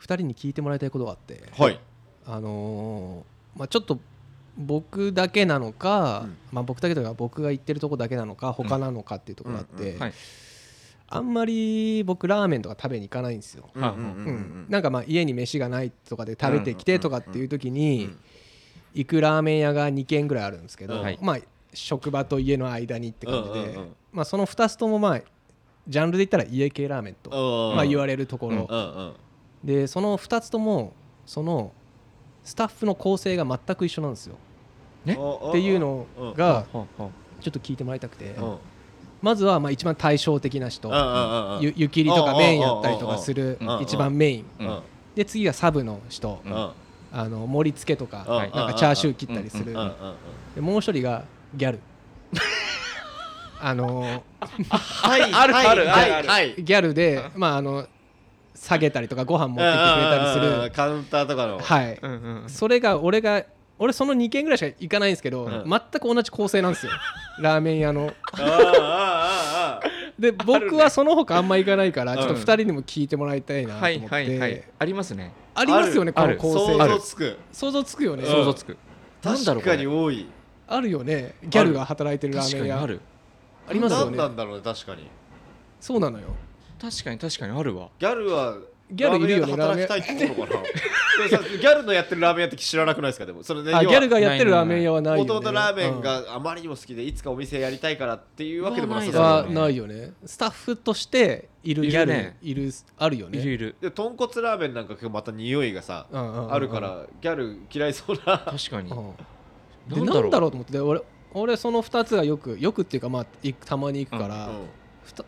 2人に聞いてもらいたいことがあって、はいあのーまあ、ちょっと僕だけなのか、うんまあ、僕だけというか僕が行ってるとこだけなのか他なのかっていうところがあって、うんうんはいあんまり僕ラーメンとか食べに行かないんですよ。うんうんうんううんんなんかまあ家に飯がないとかで食べてきてとかっていう時うにん行くラーメン屋が2軒ぐらいあるんですけど、はいまあ職場と家の間にって感じで、うんうんうんまあ、その2つともまあジャンルで言ったら家系ラーメンと、うんまあ、言われるところ、うんうんでその2つともそのスタッフの構成が全く一緒なんですよえっていうのがはあはちょっと聞いてもらいたくて、うんうんまあまずはまあ一番対照的な人、うんうんゆ湯切りとかメインやったりとかするうんうんうん一番メイン、うんうんで次がサブの人、うんうんあの盛り付けとか、はいなんかチャーシュー切ったりする、うんうんうんでもう一人がギャル あのはいあるはいあるあるはいはいギャルでまああの下げたりとかご飯持ってきてくれうんたうんうりすんカウンターとかのるはいあうんうんそれが俺が俺その2軒ぐらいしか行かないんですけど、ん全く同じ構成なん ですよラーメン屋のああああああで僕はその他あんま行かないから、うんちょっと2人にも聞いてもらいたいなとは思っいて、はいはいありますねありますよねあこのる構想成像つく想像つくよね、うん想像つくなんだ確ろうこかれに多いあるよねギャルが働いてるラ確ーかメンに屋あるありますよ何ねなんだろうね確かにそうなのよ確かに確かにあるわギャルはギャルいるよねラーメン屋で働きたいってことかなでもさギャルのやってるラーメン屋って知らなくないですかでもそれであ要ギはャルがやってるラーメン屋はないよもねともとラーメンがあまりにも好きでいつかお店やりたいからっていうわけでもなさうんうわそはういでないよねスタッフとしているギャルいるあるよいるねいるで豚骨ラーメンなんかまた匂いがさうんうんうんあるからギャル嫌いそうな確かにうんでなんだろうと思ってで俺俺その2つがよくよくっていうかまあいたまに行くからうんふた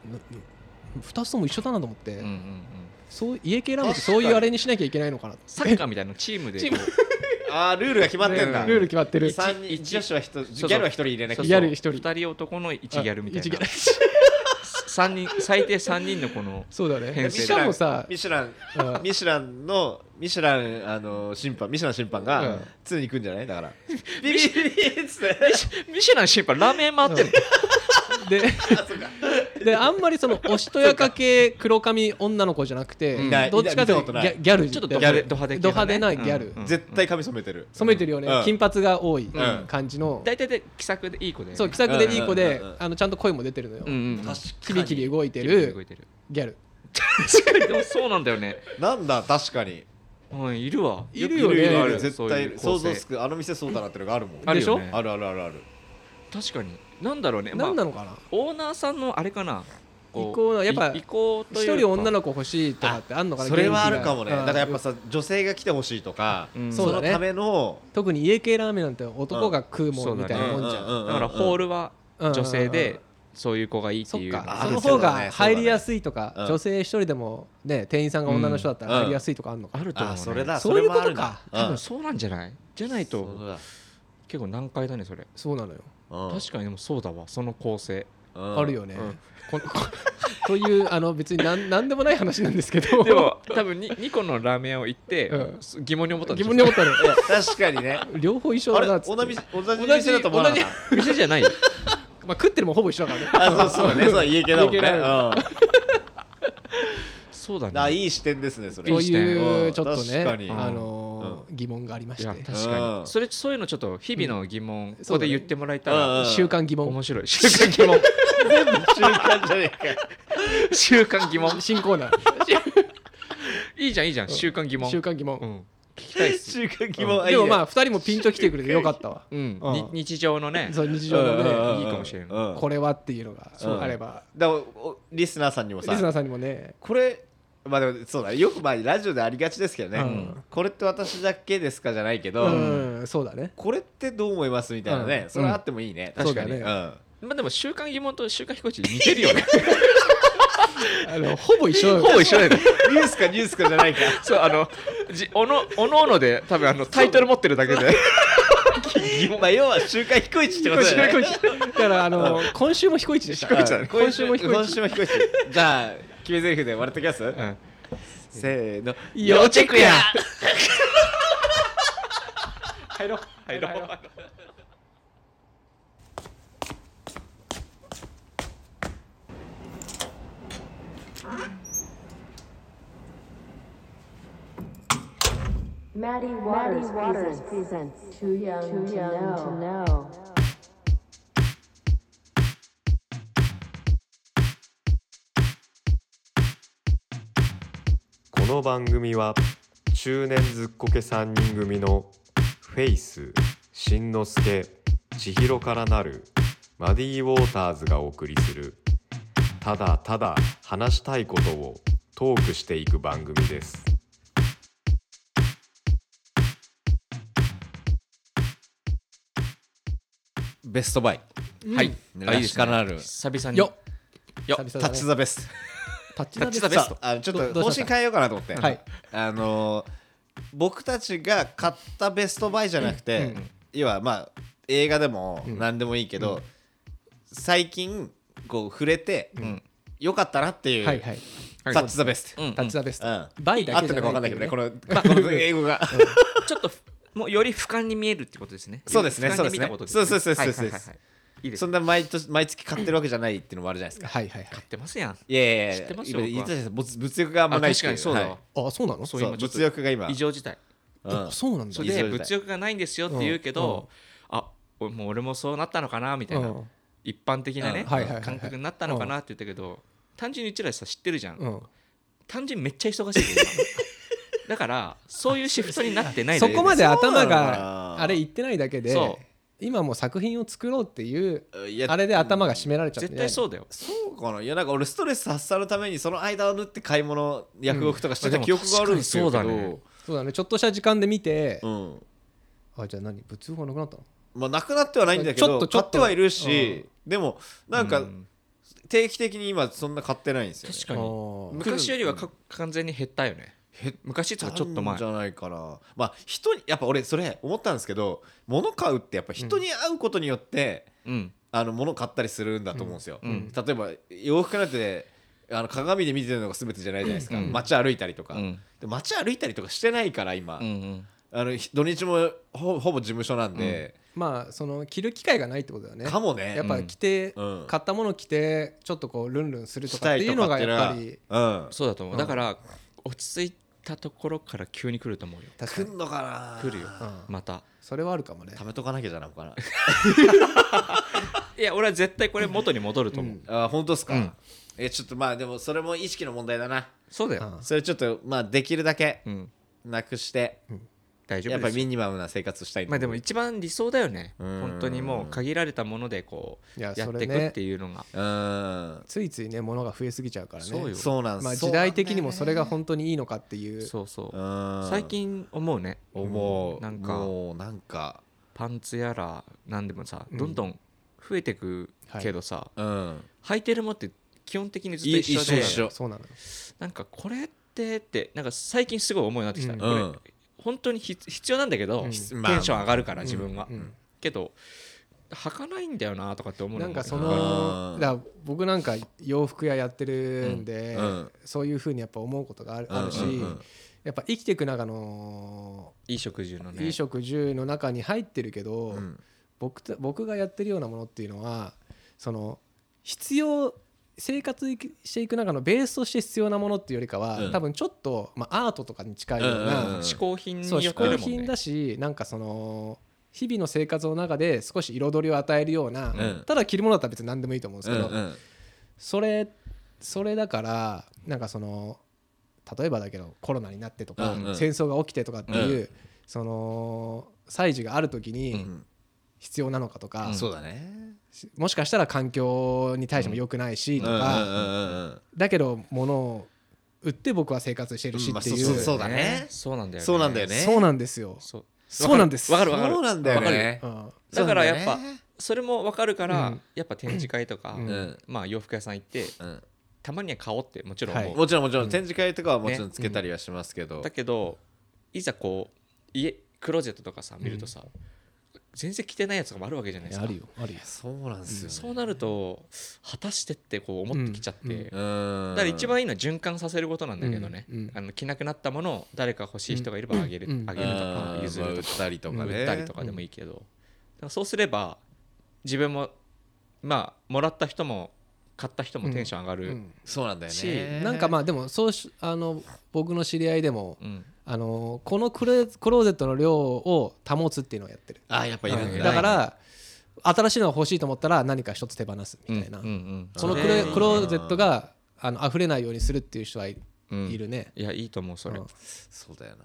2つとも一緒だなと思ってうんうんうんそう家系ラーメンってそういうあれにしなきゃいけないのかなサッカーみたいなチームで チームこああルールが決まってんだねルール決まってるギ三人女子は一人ギャルは一人入れなきゃういギけャなルい一人二人男の一ギャルみたい一ギャなル三人最低三人のこ のそうだね編ミ成しシかュラもンさミシュランうんミシュランのミシュランあの審判ミシュラン審判うがん常に行くんじゃないだからビビビビっつってミシュラン審判ラーメン屋回ってるであそうかであんまりそのおしとやか系黒髪女の子じゃなくていないどっちかという見とたことギないャギャルちょっとギドャル派手ド派手系だド派手なねギャル、うんうん絶対髪染めてる染めてるよね、うん金髪が多いん感じの、大体で気さくでいい子でそう気さくでいい子で、うんうんうんうんあのちゃんと声も出てるのよ、うんうんうんキビキビ動いてキビキビ動るいてるギャル確かにでもそうなんだよねなんだ確かにうんいるわいるよねいるあいるる絶対いるそうい想う構成像つくあの店そうだなってのがあるもんあるよねあるあるあるある確かになんだろうねまあ何なのかなオーナーさんのあれかなこう意向なやっぱい意向という一人女のの子欲しいとかってあんのかなそれはあるかも元気ねだがからやっうんぱさ女性が来てほしいとかうんそのための特に家系ラーメンなんて男が食うもうんんみたいなもんじゃん、うんうんうんうんだからホールは女性でそういう子がいいってそっいうかあそるのそ方うだねが入りやすいとか、うん女性一人でもね店員さんが女の人だったら入りやすいとかあるのかあな、ると思う、あね、それだそういうもあることかな多うん分そうなんじゃないじゃないそうとだ結構難解だねそれそうなのようん確かにでもそうだわその構成うんあるよね、うんここ というあの別になんなんでもない話なんですけど でも多分に2個のラーメン屋を行って、うん疑問に思ったんで疑しょ問に思ったのいや確かにね両方一緒あだれな同っつってじ同じ店だと思わなかっ店じゃないよまあ、食ってるもんほぼ一緒だからねたあそうそうねそうだ家系だもんね家系だうそうだんあねいい視点ですねそれそう視点いううんちょっとね確かにあのー疑問がありまいしやて確かうんにそれそういうのちょっと日々の疑問、こそうこだでね言ってもらえたうんうんら、習慣疑問面白い習 慣疑問全部中間じゃねえか習慣疑問新コーナーいいじゃんいいじゃん習慣疑問習 慣疑問、うん、聞きたいっす中間疑問でもまああ2人もピンと来てくれてよかったわうん、うんに日常のねそう日い常のんねいいかもしれないこれはっていうのがそうあればだからおリスナーさんにもリさスナーさんにもねこれまあでもそうだねよくまあラジオでありがちですけどね、うんこれって私だけですかじゃないけど、うん、そうだねこれってどう思いますみたいなね、うんそれあってもいいね、うん確かにそうだまあでも習慣疑問と習慣飛行機似てるよねあの ほぼ一緒ほぼ一緒だよねうんニュースかニュースかじゃないかそうあのじおのおのおので多分あのタイトル持ってるだけでまあ要は週刊彦市ってことだよね だからあの今週も彦市でした彦市だうんね今週も彦市今週も彦市じゃあ決め台詞で笑ってきます、うんせーの要チェックや入ろう入ろう Maddie Waters, presents, Too Young, to, know. この番組は中年ずっこけ3人組のフェイスしんのすけ千尋からなるマディ・ウォーターズがお送りするただただ話したいことをトークしていく番組です。ベストバイはい。あいいですねらしからぬ久々に。よよ久々だねタッチ・ザ・ベスタトッチザタッベストチザベストさああのちょっどとど方うし針ました変えようかなと思って、はいあのー僕たちが買ったベストバイじゃなくて、うん要はまあ映画でもん何でもいいけど、最近こう触れて、んよかったなっていう、はいはいはいタッチ・ザ・ベスト、うんうんタッチザベスト、うんバイだ合っけてじゃるないか分かんないけどねこれのこの英語がちょっとふもうより俯瞰に見えるってことですね。そうですねより俯瞰見たことそうですねそうですそうですそうではいはいはすいはいいいですそんな毎年毎月買ってるわけじゃないっていうのもあるじゃないですかはいはい買ってますやん。いやいやいや知ってます今よ僕言はってたじゃん物物欲があんまあない確かにそうだはわい。はいあそうなのそそうう今ちょっと物欲が今異常事態。うんあそうなんだそそれれ異で常事態物欲がないんですよって言うけど、あおもう俺もそうなったのかなみたいなうん一般的なうねんはいはいはいはい感覚になったのかなって言ったけど、単純にうちらさ知ってるじゃ。うんん単純にめっちゃ忙しいよ。今だからそういうシフトになってないだそけこまで頭そうなのかながあれ言ってないだけでそ今もう作品を作ろうっていういやあれで頭が締められちゃって絶対そうだよ。そうかないやなんか俺ストレス発散のためにその間を縫って買い物薬浴とかしてた記憶があるんですよけど、うんでも確かにそうそうだねちょっとした時間で見て、うんあじゃあ何物欲がなくなったのまあなくなってはないんだけどちょっとちょっと買ってはいるし、でもなんか定期的に今そんな買ってないんですよ、ね、確あかに。ー昔よりはか完全に減ったよね。昔とはちょっとな前んじ。ゃないかなまあ人にやっぱ俺それ思ったんですけど物買うってやっぱ人に会うことによって、うん。あの物買ったりするんだと思うんですよ、うんうん例えば洋服なんてあの鏡で見てるのが全てじゃないじゃないですか、うん街歩いたりとか、うんで街歩いたりとかしてないから今、うんうん。あのひ土日もほほぼ事務所なんで、まあその着る機会がないってことだよねかもねやっぱ着て、うん買ったもの着てちょっとこうルンルンするとしかたっていいうとのかがっていうのやっがぱりうんそうだと思うう。んだから落ち着いたところから急に来ると思うよ。確来かにんのかな来るようん。また。それはあるかもね貯めとかなきゃじゃないのかないや俺は絶対これ元に戻ると思う。うんあ本当ですか、うんえちょっとまあでもそれも意識の問題だなそうだうよ。んそれちょっとまあできるだけうん。なくして、大丈や夫っぱでりすよ。ミニマムな生活したいと思まあうでも一番理想だよね。うん本当にもう限られたものでこういややそっれていねくっていうのが。うんついついね物が増えすぎちゃうからねそうよそうなんです、まあ、時代的にもそれが本当にいいのかっていうそうそう。うん最近思うね。思う、なんかもうなんかパンツやら何でもさうんどんどん増えてくけどさうん履いてるもんって基本的にずっいと一緒一緒で一緒そうなのよなんかこれってってなんか最近すごい思いになってきた、うんこうれん本当にひ必要なんだけど、うんひテンまあション上がるから自分は、うんうんけど履かないんだよなとかって思うのなんかそあのーだから僕なんか洋服屋やってるんで、うんうんそういうふうにやっぱ思うことがある,、あるし、うんうんうんやっぱ生きていく中のいい食事のね衣食住の中に入ってるけど、うん僕と僕がやってるようなものっていうのはその必要生活していく中のベースとして必要なものっていうよりかは、うん多分ちょっと、まあ、アートとかに近いよううんうんうな、ん嗜好品にそうよ嗜って好るもん品ねだしなんかその日々の生活の中で少し彩りを与えるような、んただ着るものだったら別に何でもいいと思うんですうんけど、うんそれそれだからなんかその例えばだけどコロナになってとか、うんうん戦争が起きてとかっていう、うその歳児がある時うにん必要なのかとか、うんそうだねしもしかしたら環境に対しても良くないしとうんうんうか、んうんうんだけど物を売って僕は生活してるしっていう,、うんまあそうだねそうなんだよねそうなんだよねそうなんですよそうそうなんですわかるわかるそうなんだよわかるねうんだからやっそぱうなんだよねそれも分かるから、うんやっぱ展示会とか、うんまあ洋服屋さん行ってうんたまには買おうってもちろん思う、はいもちろんもちろん展示会とかはもちろんつけたりはしますけどだけどいざこう家クローゼットとかさ見るとさ、全然着てないやつとかもあるわけじゃないいでやすあかるよあるよそうなんですよねそうなると果たしてってこう思ってきちゃって、うんうんうんだから一番いいのは循環させることなんだけどね、うんうんあの着なくなったものを誰か欲しい人がいればあげる,、うんあげるとかうん譲るまあ売とっかたりとかね売ったりとかでもいいけど、だからそうすれば自分もまあもらった人も買った人もテンション上がる、うんそうなんだよしねなんかまあでもそうしあの僕の知り合いでもうんあのこのクロクローゼットの量を保つっていうのをやってるあーやっぱいらない、だから新しいのが欲しいと思ったら何か一つ手放すみたいな、うんうんそのクあロークローゼットがあの溢れないようにするっていう人はいうんいるね、いやいいと思うそれ、うんそうだよな、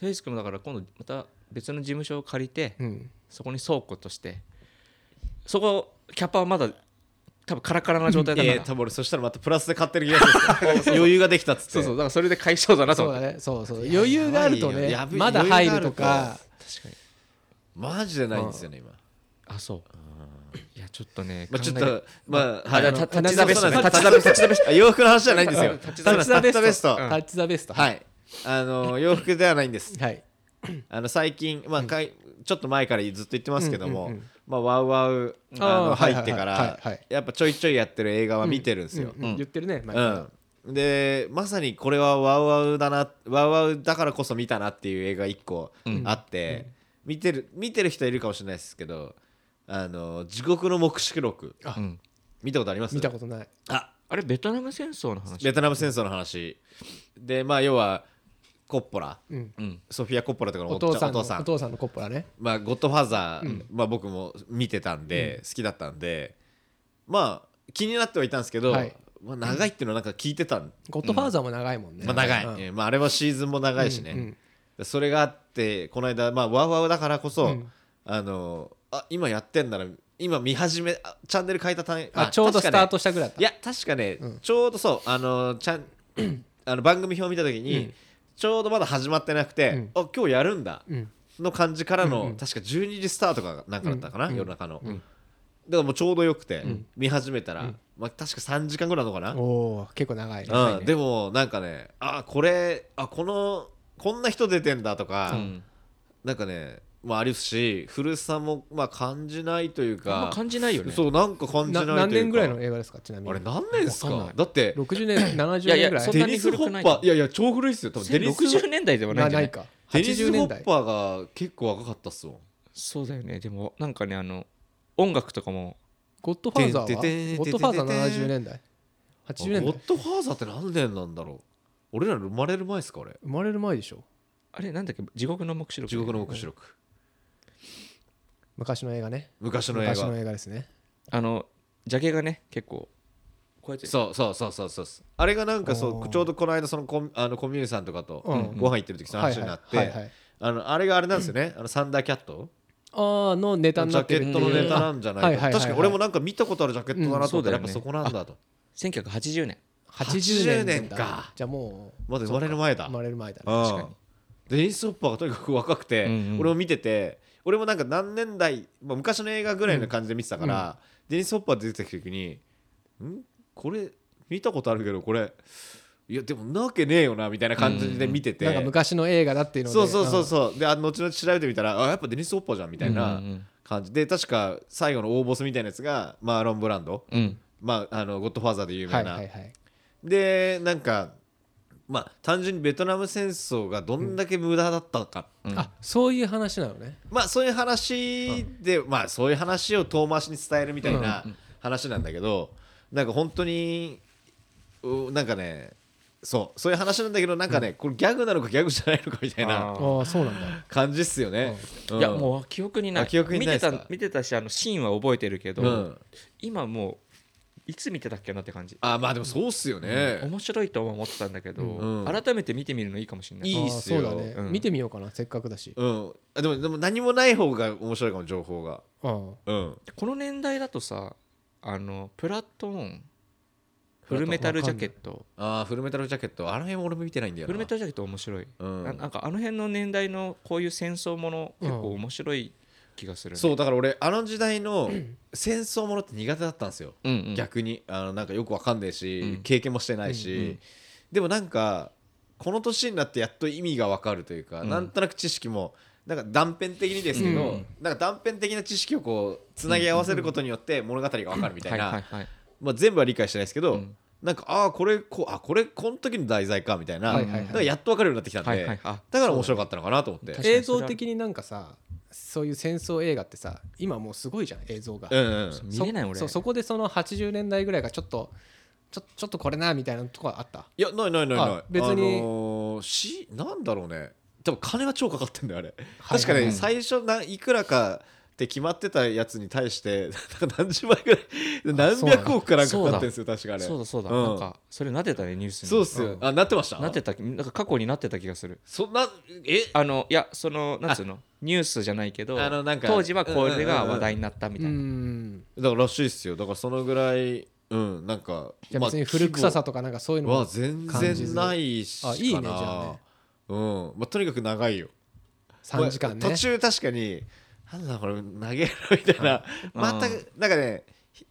テイス君もだから今度また別の事務所を借りて、うん、そこに倉庫としてそこキャパはまだ多分カラカラな状態だいかやいら、や多分俺そしたらまたプラスで買ってる気がするんですよ余裕ができたっつってそうそうだからそれで解消だなとそ思うっだて、ねそうそう余裕があるとやばいねよやぶまだ入ると余裕があかるマジでないんですよね今、あそう、いやちょっとねまあ、ちょっ考えとまああはじゃいあタタッチザベストねそうなんですタッチザベストタッチザベストあ洋服の話じゃないんですよタッチタッチザベストザベストタッチザベストはいあの洋服ではないんですはいあの最近、まあかいちょっと前からずっと言ってますけどうんも、うんうんまあ、ワウワウああのーはい入はいってから、はいはいやっぱちょいちょいやってる映画は見てるんですよ。うんうん言ってるね前うからんでまさにこれはワウワウだなワウワウだからこそ見たなっていう映画1個あって、見てる見てる人いるかもしれないですけど「あの地獄の黙示録」たうん見たことあります見たことないああれベトナム戦争の話ベトナム戦争の話でまあ要はコッポラ、うんうんソフィア・コッポラとかのおお父父ささんんのお父さんのコッポラねまあ、ゴッドファーザー、まあ、僕も見てたんで、好きだったんでまあ気になってはいたんですけど、はいまあ、長いっていうのはなんか聞いてたん、ゴッドファーザーも長いもんねまあ、長い、うんえーまあ、あれはシーズンも長いしね、うんうんでそれがあってこの間、まあ、ワウワウだからこそ、うんあのあ今やってんなら今見始めあチャンネル変えたタイあちょうどスタートトしたぐらいだったいや確かね、うんちょうどそうあのちゃ んあの番組表見た時に、ちょうどまだ始まってなくて、あ今日やるんだ、うんの感じからの、確か12時スタートかなんかだったかな、夜中の、だからもうちょうどよくて、見始めたら、まあ、確か3時間ぐらいなのかな、おお結構長いねうんでもなんかねあこれあこのこんな人出てんだとか、うんなんかねまあありますし古さもまあ感じないというあんかま感じないよねそうなんか感じないなというか何年ぐらいの映画ですかちなみにあれ何年ですわかんかないだって60年70年いやいやぐらいそんデなニにス・古ホくなッいパーいやいや超古いっすよ多分デニス・ 60年代ではないんなじなゃないいかデニス80ホ年ッ代パーが結構若かったっすもんそうだよねでもなんかねあの音楽とかもゴッドファーザーはてんてんてんてんてんゴッドファーザー70年代80あ年代ゴッドファーザーって何年なんだろう俺ら生まれる前ですかあれ生まれる前でしょあれなんだっけ地獄の黙示録地獄の黙示録昔の映画ね昔の映昔の画映画ですねあのジャケがね結構こうやってそうそうそうそうそうあれがなんかそおうーちょうどこの間そのコミあのコミューンさんとかとうんご飯行ってる時その話になっはいはいてはいはいあのあれがあれなんですよねあのサンダーキャットああのネジタになャってケるットのネタなんじゃないはかいはいはいはい確かに俺もなんか見たことあるジャケットだなと思ったらやっぱそこなんだと1980年80 80年年だかじゃあもうまだ生まれる前だ生まれる前だねうん確かにデニス・ホッパーがとにかく若くて、うんうん俺も見てて俺もなんか何年代、まあ、昔の映画ぐらいの感じで見てたから、デニス・ホッパー出てきた時にんこれ見たことあるけどこれいやでもなわけねえよなみたいな感じで見てて、なんか昔の映画だっていうのでそうそうそうそうであ後々調べてみたらあやっぱデニス・ホッパーじゃんみたいなうんうんうん感じで確か最後の大ボスみたいなやつがマーロン・ブランド、うんまあ、あのゴッドファーザーで有う名んはいな、はいはいでなんかまあ単純にベトナム戦争がどんだけ無駄だったか、あそういう話なのねまあそういう話で、まあそういう話を遠回しに伝えるみたいな話なんだけど、なんか本当にうなんかねそうそういう話なんだけどなんかね、これギャグなのかギャグじゃないのかみたいなああそうなんだ感じっすよね、うんいやもう記憶になあい記憶にないで見てすかた見てたしあのシーンは覚えてるけど、うん今もういつ見てたっけなって感じあまあでもそうっすよね、面白いとは思ってたんだけど、うん改めて見てみるのいいかもしれないいいっあーすよそうだね、うん見てみようかなせっかくだし、うんあでもでも何もない方が面白いかも情報がうん、うんこの年代だとさあのプラトーンフルメタルジャケットああフルメタルジャケットあの辺俺も見てないんだよなフルメタルジャケット面白い、うんななんかあの辺の年代のこういう戦争もの結構面白い気がするね、そうだから俺あの時代の戦争ものって苦手だったんですよ、うんうん逆にあのなんかよくわかんないし、うん経験もしてないし、でもなんかこの年になってやっと意味がわかるというか、うんなんとなく知識もなんか断片的にですけど、うんなんか断片的な知識をこうつなぎ合わせることによって物語がわかるみたはいいはいなはいまあ全部は理解してないですけど、うんなんかああこれこうあこれこの時の題材かみたいな,、はいはいはいなんかやっとわかるようになってきたんで、はいはいあだから面白かったのかなと思って。確かに映像的になんかさそういう戦争映画ってさ今もうすごいじゃん映像が、うんうん、そう見それない俺そうそこでその80年代ぐらいがちょっとちょちょっとこれなみたいなとこはあったいやないないないなあい別にあのーのしなんだろうね多分金が超かかってんだよあれ、はい確かうねん最初ないくらかって決まってたやつに対して なんか何十倍ぐらい何そうなん百だ億かなんかかかってんですよ確かあれそうだそうだ、うんなんかそれなってたねニュースにそうっすよ、うんあなってましたなってたなんか過去になってた気がするそんなえあのいやそのなんつうのニュースじゃないけどあのなんか当時はこれうんうんうがんうん話題になったみたいな、んだかららしいっすよだからそのぐらいうんなんかじゃあまあ別に古臭さとかなんかそういうのはも全感じず然ないしあいいねかなじゃあねうんまあ、とにかく長いよ3時間まあね途中確かになんだこれ投げるみたいな、うん全くなんかねひ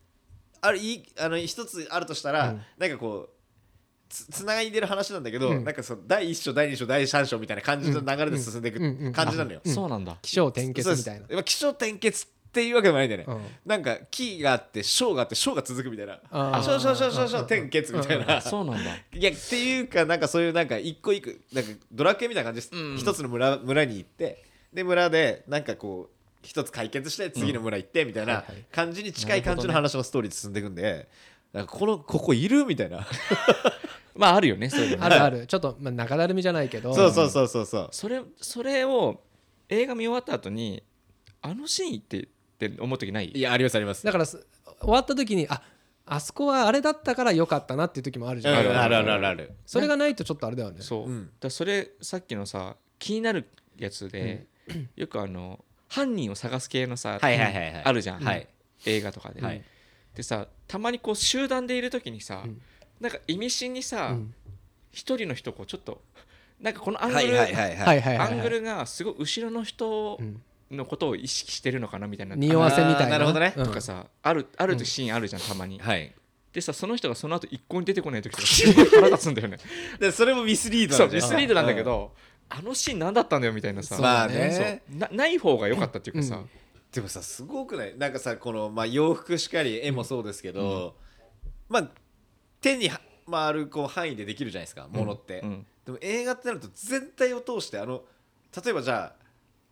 あるいいあの一つあるとしたら、うんなんかこうつつながりでる話なんだけど、うんなんかその第一章第二章第三章みたいな感じの流れで進んでいうんうんうくん感じなのよ。そうなんだ、起承転結みたいそうなですまあ起承転結っていうわけでもないんだよね、うんなんかキがあって章があって章が続くみたいなあー章章章章章転結みたいな、そうなんだいやっていうかなんかそういうなんか一個一個なんかドラクエみたいな感じです、うん一つの村村に行ってで村でなんかこう一つ解決して次の村行ってみたいなはいはい感じに近い感じの話のストーリーで進んでいくんで、なんかこのここいるみたいなまああるよねそういうのねあるあるちょっとまあ中だるみじゃないけど そうそうそうそうそうそれそれを映画見終わった後にあのシーンってって思う時ないいやありますありますだからす終わった時にああそこはあれだったから良かったなっていう時もあるじうんゃんあるあるあるあるそれがないとちょっとあれだよねそう、うんだからそれさっきのさ気になるやつで、よくあの犯人を探す系のさ、はいはいはいはいあるじゃん、はい映画とかで、はいでさたまにこう集団でいる時にさ、うんなんか意味深にうさん一、人の人こうちょっとなんかこのアングはいル、はいはいははいいはいアはいンはグいルがすごい後ろの人うんのことを意識してるのかなみたいな、匂わせみたいあなーなるほどねうんとかさあるあるシーンあるじゃんたまに、はいでさその人がその後一向に出てこない 時とかすごい腹立つん だよねでそれもミスリードそなうんだよミスリードなんだけど、あのシーン何だったんだよみたいなさ、そうまあそうねなない方が良かったっていうかさ、うんでもさすごくないなんかさこの、まあ、洋服しかり絵もそうですけど、まあ手に回るこう範囲でできるじゃないですかものって、うんでも映画ってなると全体を通してあの例えばじゃあ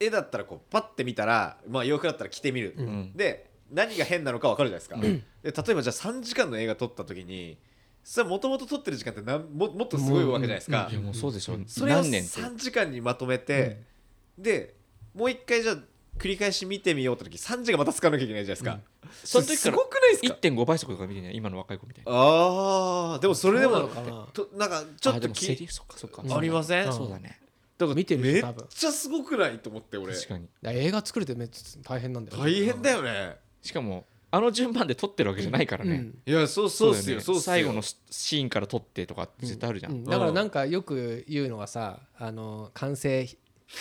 絵だったらこうパッて見たら、まあ、洋服だったら着てみる、んで何が変なのか分かるじゃないですか、で例えばじゃあ3時間の映画撮った時にそれもともと撮ってる時間ってなんももっとすごいわけじゃないですか、いやもうそうでしょ、それを何年って3時間にまとめて、でもう一回じゃあ繰り返し見てみようって時3時間また使わなきゃいけないじゃないですか、その時からすごくないですか1.5倍速とか見てね今の若い子みたいなああでもそれでそうもなのかなとなんかちょっあでともきセリフそっかそっかうんありません、うんそうだねだから見てるめ人っ多分ちゃすごくないと思って俺確かにだから映画作るってめっちゃ大変なんだよね大変だよね、しかもあの順番で撮ってるわけじゃないからね、うんいやそうそうっすだよねそうっすよ最後のシーンから撮ってとかって絶対あるじゃん、うんだからなんかよく言うのはさあの完成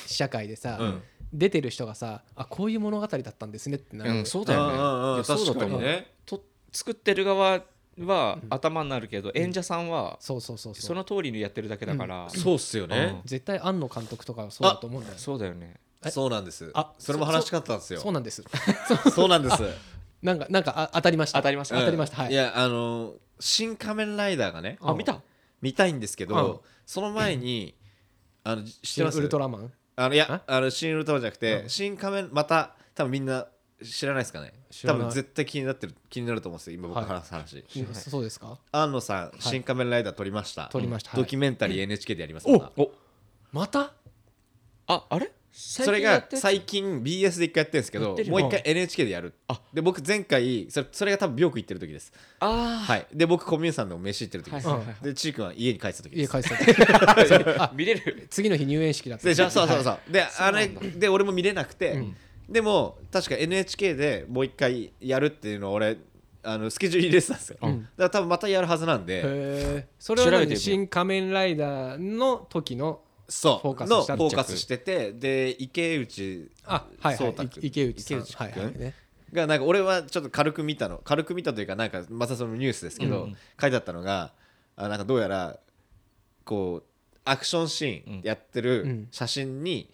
社会でさ、うん出てる人がさあこういう物語だったんですねってなる、うんそうだようんうねんうんいやそうだと思う確かにねと作ってる側は頭になるけど、演者さんはそうそうそうそうその通りにやってるだけだから、そうっすよね、絶対庵野監督とかはそうだと思うんだよねそうだよねえそうなんですあそれも話しかったんですよそうなんです そうなんですなんかなんかあ当たりました当たりました当たりました、はいいやあのー新仮面ライダーがねあ見た見たいんですけど、うんその前に、あの知って新ますウルトラマンあのいやあの新ウルトラじゃなくて、新仮面また多分みんな知らないですかね知ら多ない分絶対気になってる気になると思うんですよ今僕はい話す話、うんそうですか庵野さん「新仮面ライダー」撮りました撮りましたドキュメンタリー NHK でやりますまたおまたああれ最それやがって最近 BS で一回やってるんですけやっどてるもう一回 NHK でやるあで僕前回それそれが多分病区行ってる時ですあはいで僕コミュニさんの飯行ってる時です、はいはいはでちーくんは家に帰ってた時で家す帰って たそれああ見れる次の日入園式だったでじゃあそうそうそう、はいであれで俺も見れなくて、でも確か NHK でもう一回やるっていうのを俺あのスケジュール入れてたんですよ、だから多分またやるはずなんで、へえそれは調べ何てみよう新仮面ライダーの時のそうフォーカスのしフたォーカスしててで池内あはいは壮い太い池内さん池内君はいはいねがなんか俺はちょっと軽く見たの軽く見たというかなんかまたそのニュースですけど、書いてあったのがあなんかどうやらこうアクションシーンやってる写真に、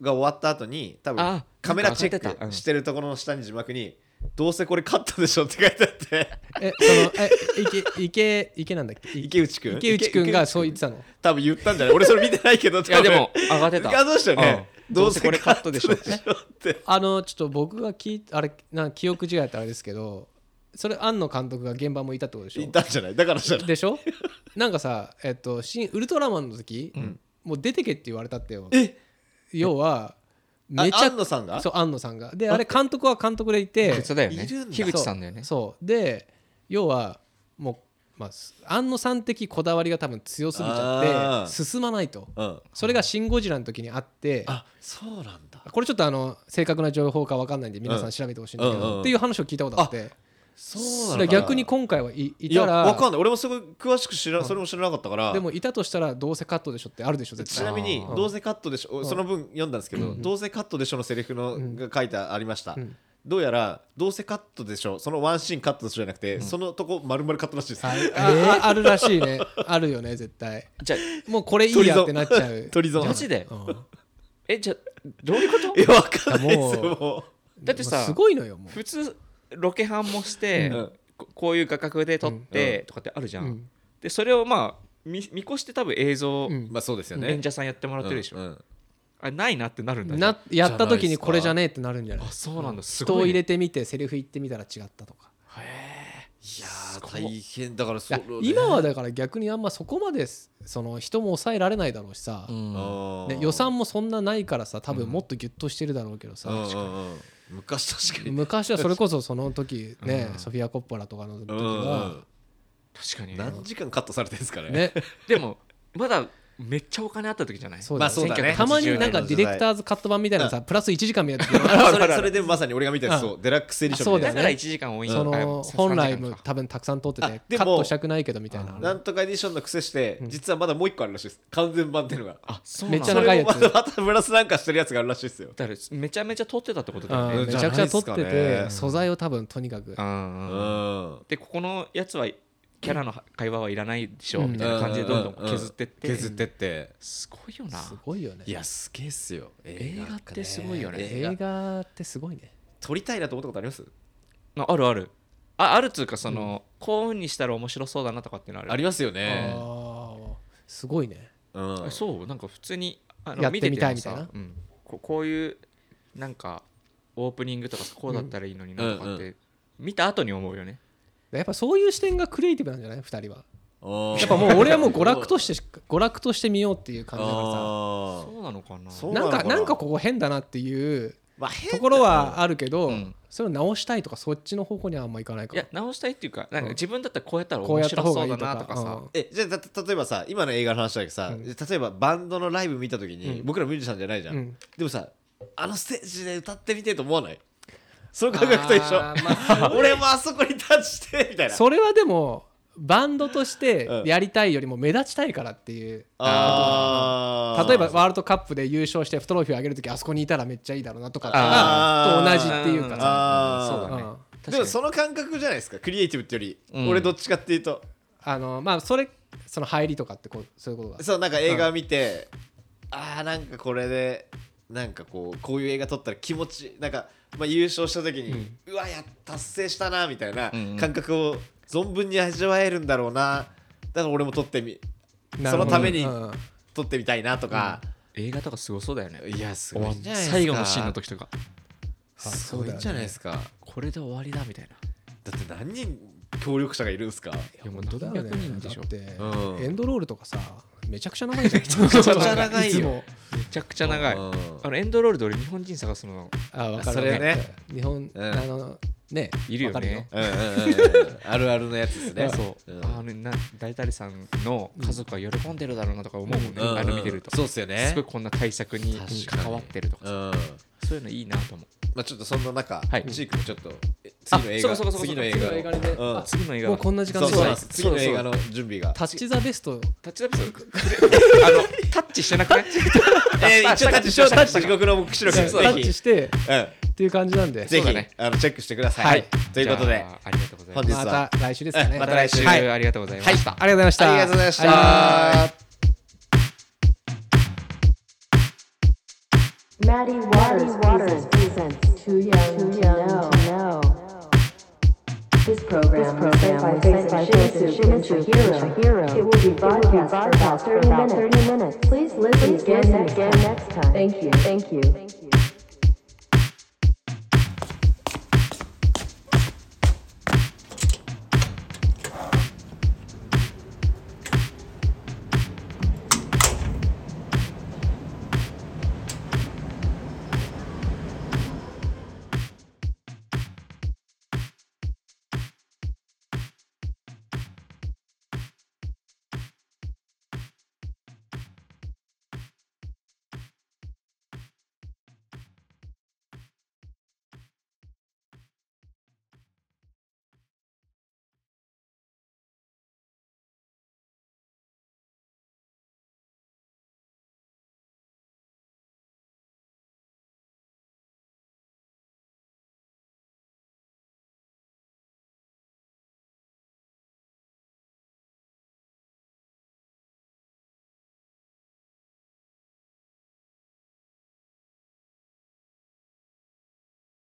が終わった後に多分あカメラチェなんか上がッってたうクんしてるところの下に字幕に「どうせこれカットでしょ」って書いてあってえそのえ池池池なんだっけ池内くん池内くんがそう言ってたの多分言ったんじゃない俺それ見てないけどい いやでも上がってた画像したよね、うんどどううせせここれれカカッットトででししょょってあのちょっと僕が聞いあれなんか記憶違いだったらあれですけどそれ庵野監督が現場もいたってことでし言っょたんじゃないだからじゃないでしょなんかさえっと新ウルトラマンの時、もう出てけって言われたってよえ要はあめちゃ安野さんがそう安野さんがであれ監督は監督でいて口だよねいるんだ樋口さんだよねそうで要はもう、まあ、す安野さん的こだわりが多分強すぎちゃあって進まないとうん、それが「シン・ゴジラ」の時にあってあそうなんだこれちょっとあの正確な情報か分かんないんで皆さん調べてほしいんだけうんうんうんどっていう話を聞いたことあってそうなだんからだ逆に今回はいいいたやらわかんない俺もすごい詳しく知らんそれも知らなかったからでもいたとしたらどうせカットでしょってあるでしょ絶ち対なみにあーどうせカットでしょその分読んだんですけどどうせカットでしょのセリフのんが書いてありましたんどうやらどうせカットでしょそのワンシーンカットでしょじゃなくてそのとこ丸々カットらしいですあああるらしいねあるよね絶対じゃあもうこれいいやってなっちゃう鳥ゾマジでうんえじゃあどういうことえわかんないですよもうもだってもさうすごいのよも普通ロケハンもして、うんここういう画角で撮ってとかってあるじうゃん、うんでそれをまあ見見越して多分映像、うんうまあそうですよね演者さんやってもらってるでしょ、うんうんあないなってなるんだじゃあなやった時にこれじゃねえってなるんじゃないあそうなんだす人ごをい入ね、れてみてセリフ言ってみたら違ったとかいやー大変だからいそやれをね今はだから逆にあんまそこまですその人も抑えられないだろうしさ、うんうんね、予算もそんなないからさ多分もっとギュッとしてるだろうけどさ、うんうんうん昔確かに昔はそれこそその時ね、うんソフィア・コッポラとかの時うんうんは、確かに何時間カットされてるんですかねねでもまだめっちゃお金あった時じゃないそうだまあそうだねねたまになんかディレクターズカット版みたいなさプラス1時間み たいなやつあそれそれでまさに俺が見たやつうんそうデラックスエディションみたいあそうだなだよねから1時間多いその本来も多分たくさん撮ってあてでもカットしたくないけどみたいななんとかエディションの癖して、実はまだもう一個あるらしいです。完全版っていうのが。あそうめなんっだちゃ長いやつそれをまたまたブラスなんかしてるやつがあるらしいですよ。だからめちゃめちゃ撮ってたってことだよあねーうめんちゃくちゃ撮ってじゃないですかてね素材を多分とにかくうんううんん。でここのやつはキャラの会話はいらないでしょ、うんみたいな感じでどんどん削ってって、うん削ってって。すごいよなすごいよねいや、すげえっすよ。映画ってすごいよね映映画画ってすごいね撮りたいなと思ったことありますなあるあるああるっつうかその、こういうふうにしたら面白そうだなとかっていうのあるありますよあね。ーすごいねうん。あそうなんか普通にあやってみたい見ててもさみたうんここういうなんかオープニングとかこうだったらいいのになとかって、うん見た後に思うよねやっぱそういう視点がクリエイティブなんじゃない2人はややっぱもう俺はもう娯楽としてしか娯楽として見ようっていう感じだからさそうなのかなそうなんなのかかななんかここ変だなっていうまあ、と変ころはあるけどうんそれを直したいとかそっちの方向にはあんまいかないかいらや直したいっていうかなんうんか自分だったらこうやったらこうや面った白方がそいういだとかなとかさうんえじゃあた例えばさ今の映画の話だけどさ、うん例えばバンドのライブ見た時に、うん僕らミュージシャンじゃないじゃん、うんでもさあのステージで歌ってみてえと思わないその感覚と一緒、あー俺もあそこに立ちてみたいなそれはでもバンドとしてうんやりたいよりも目立ちたいからっていうあー例えばワールドカップで優勝してトロフィーあげるときあそこにいたらめっちゃいいだろうなとかあとー同じっていうかさあーそうだねうん確でかもにその感覚じゃないですかクリエイティブってより、うん俺どっちかっていうとあのまあそれその入りとかってこうそういうことがそうなんか映画見て、ああなんかこれでなんかこうこういう映画撮ったら気持ちなんか、まあ、優勝した時に、うわや達成したなみたいなうんうん感覚を存分に味わえるんだろうなだから俺も撮ってみなるほどそのためにうん撮ってみたいなとか、映画とかすごそうだよねいやすごいんじゃないですか最後のシーンの時とかすごいんじゃないですかだこれで終わりだみたいなって何人協力者がいるんですかいや本当だよね何百人でしょだってうんエンドロールとかさめちゃくちゃ長 いじゃんめちゃくちゃ長いよめちゃくちゃ長いうんあのエンドロールで俺日本人探すのあ分かるそれねわかる日本うんあのねいるよねわかうんうんうんうんあるあるのやつですね。 そう、んあのな大体さんの家族は喜んでるだろうなとか思うもんね、うんうんあれ見てると、そうっすよねすごいこんな対策に確かに関わってるとかうさん。そういうのいいなと思うまあちょっとそんな中、はいチークもちょっとえあ次の映そうかそうか画、そうか次の映次の映画画にねうんあ次の映画もうこんな時間の、そうそうなんだです。次の映画の準備が。タッチ・ザ・ベストタッチダップス あのタッチして なくないえー、一応タッチしよう、タタッッチチ地獄の目視録、タぜッチひ、してうっていう感じなんでん、ぜそうだひ、ねあのチェックしてください。ははいい、ということでじ、ゃあありがとうございま本す日または、来週ですかねまた来週、はありい、ありがとうございました、ありがとうございましたがとうございましはいた。 Maddie Waters, presents Too Young, too young to Know. This program, is sent by Face by Face and Shimizu Hero. It will be broadcast for about 30 minutes. Please listen again next time. Thank you. Thank you.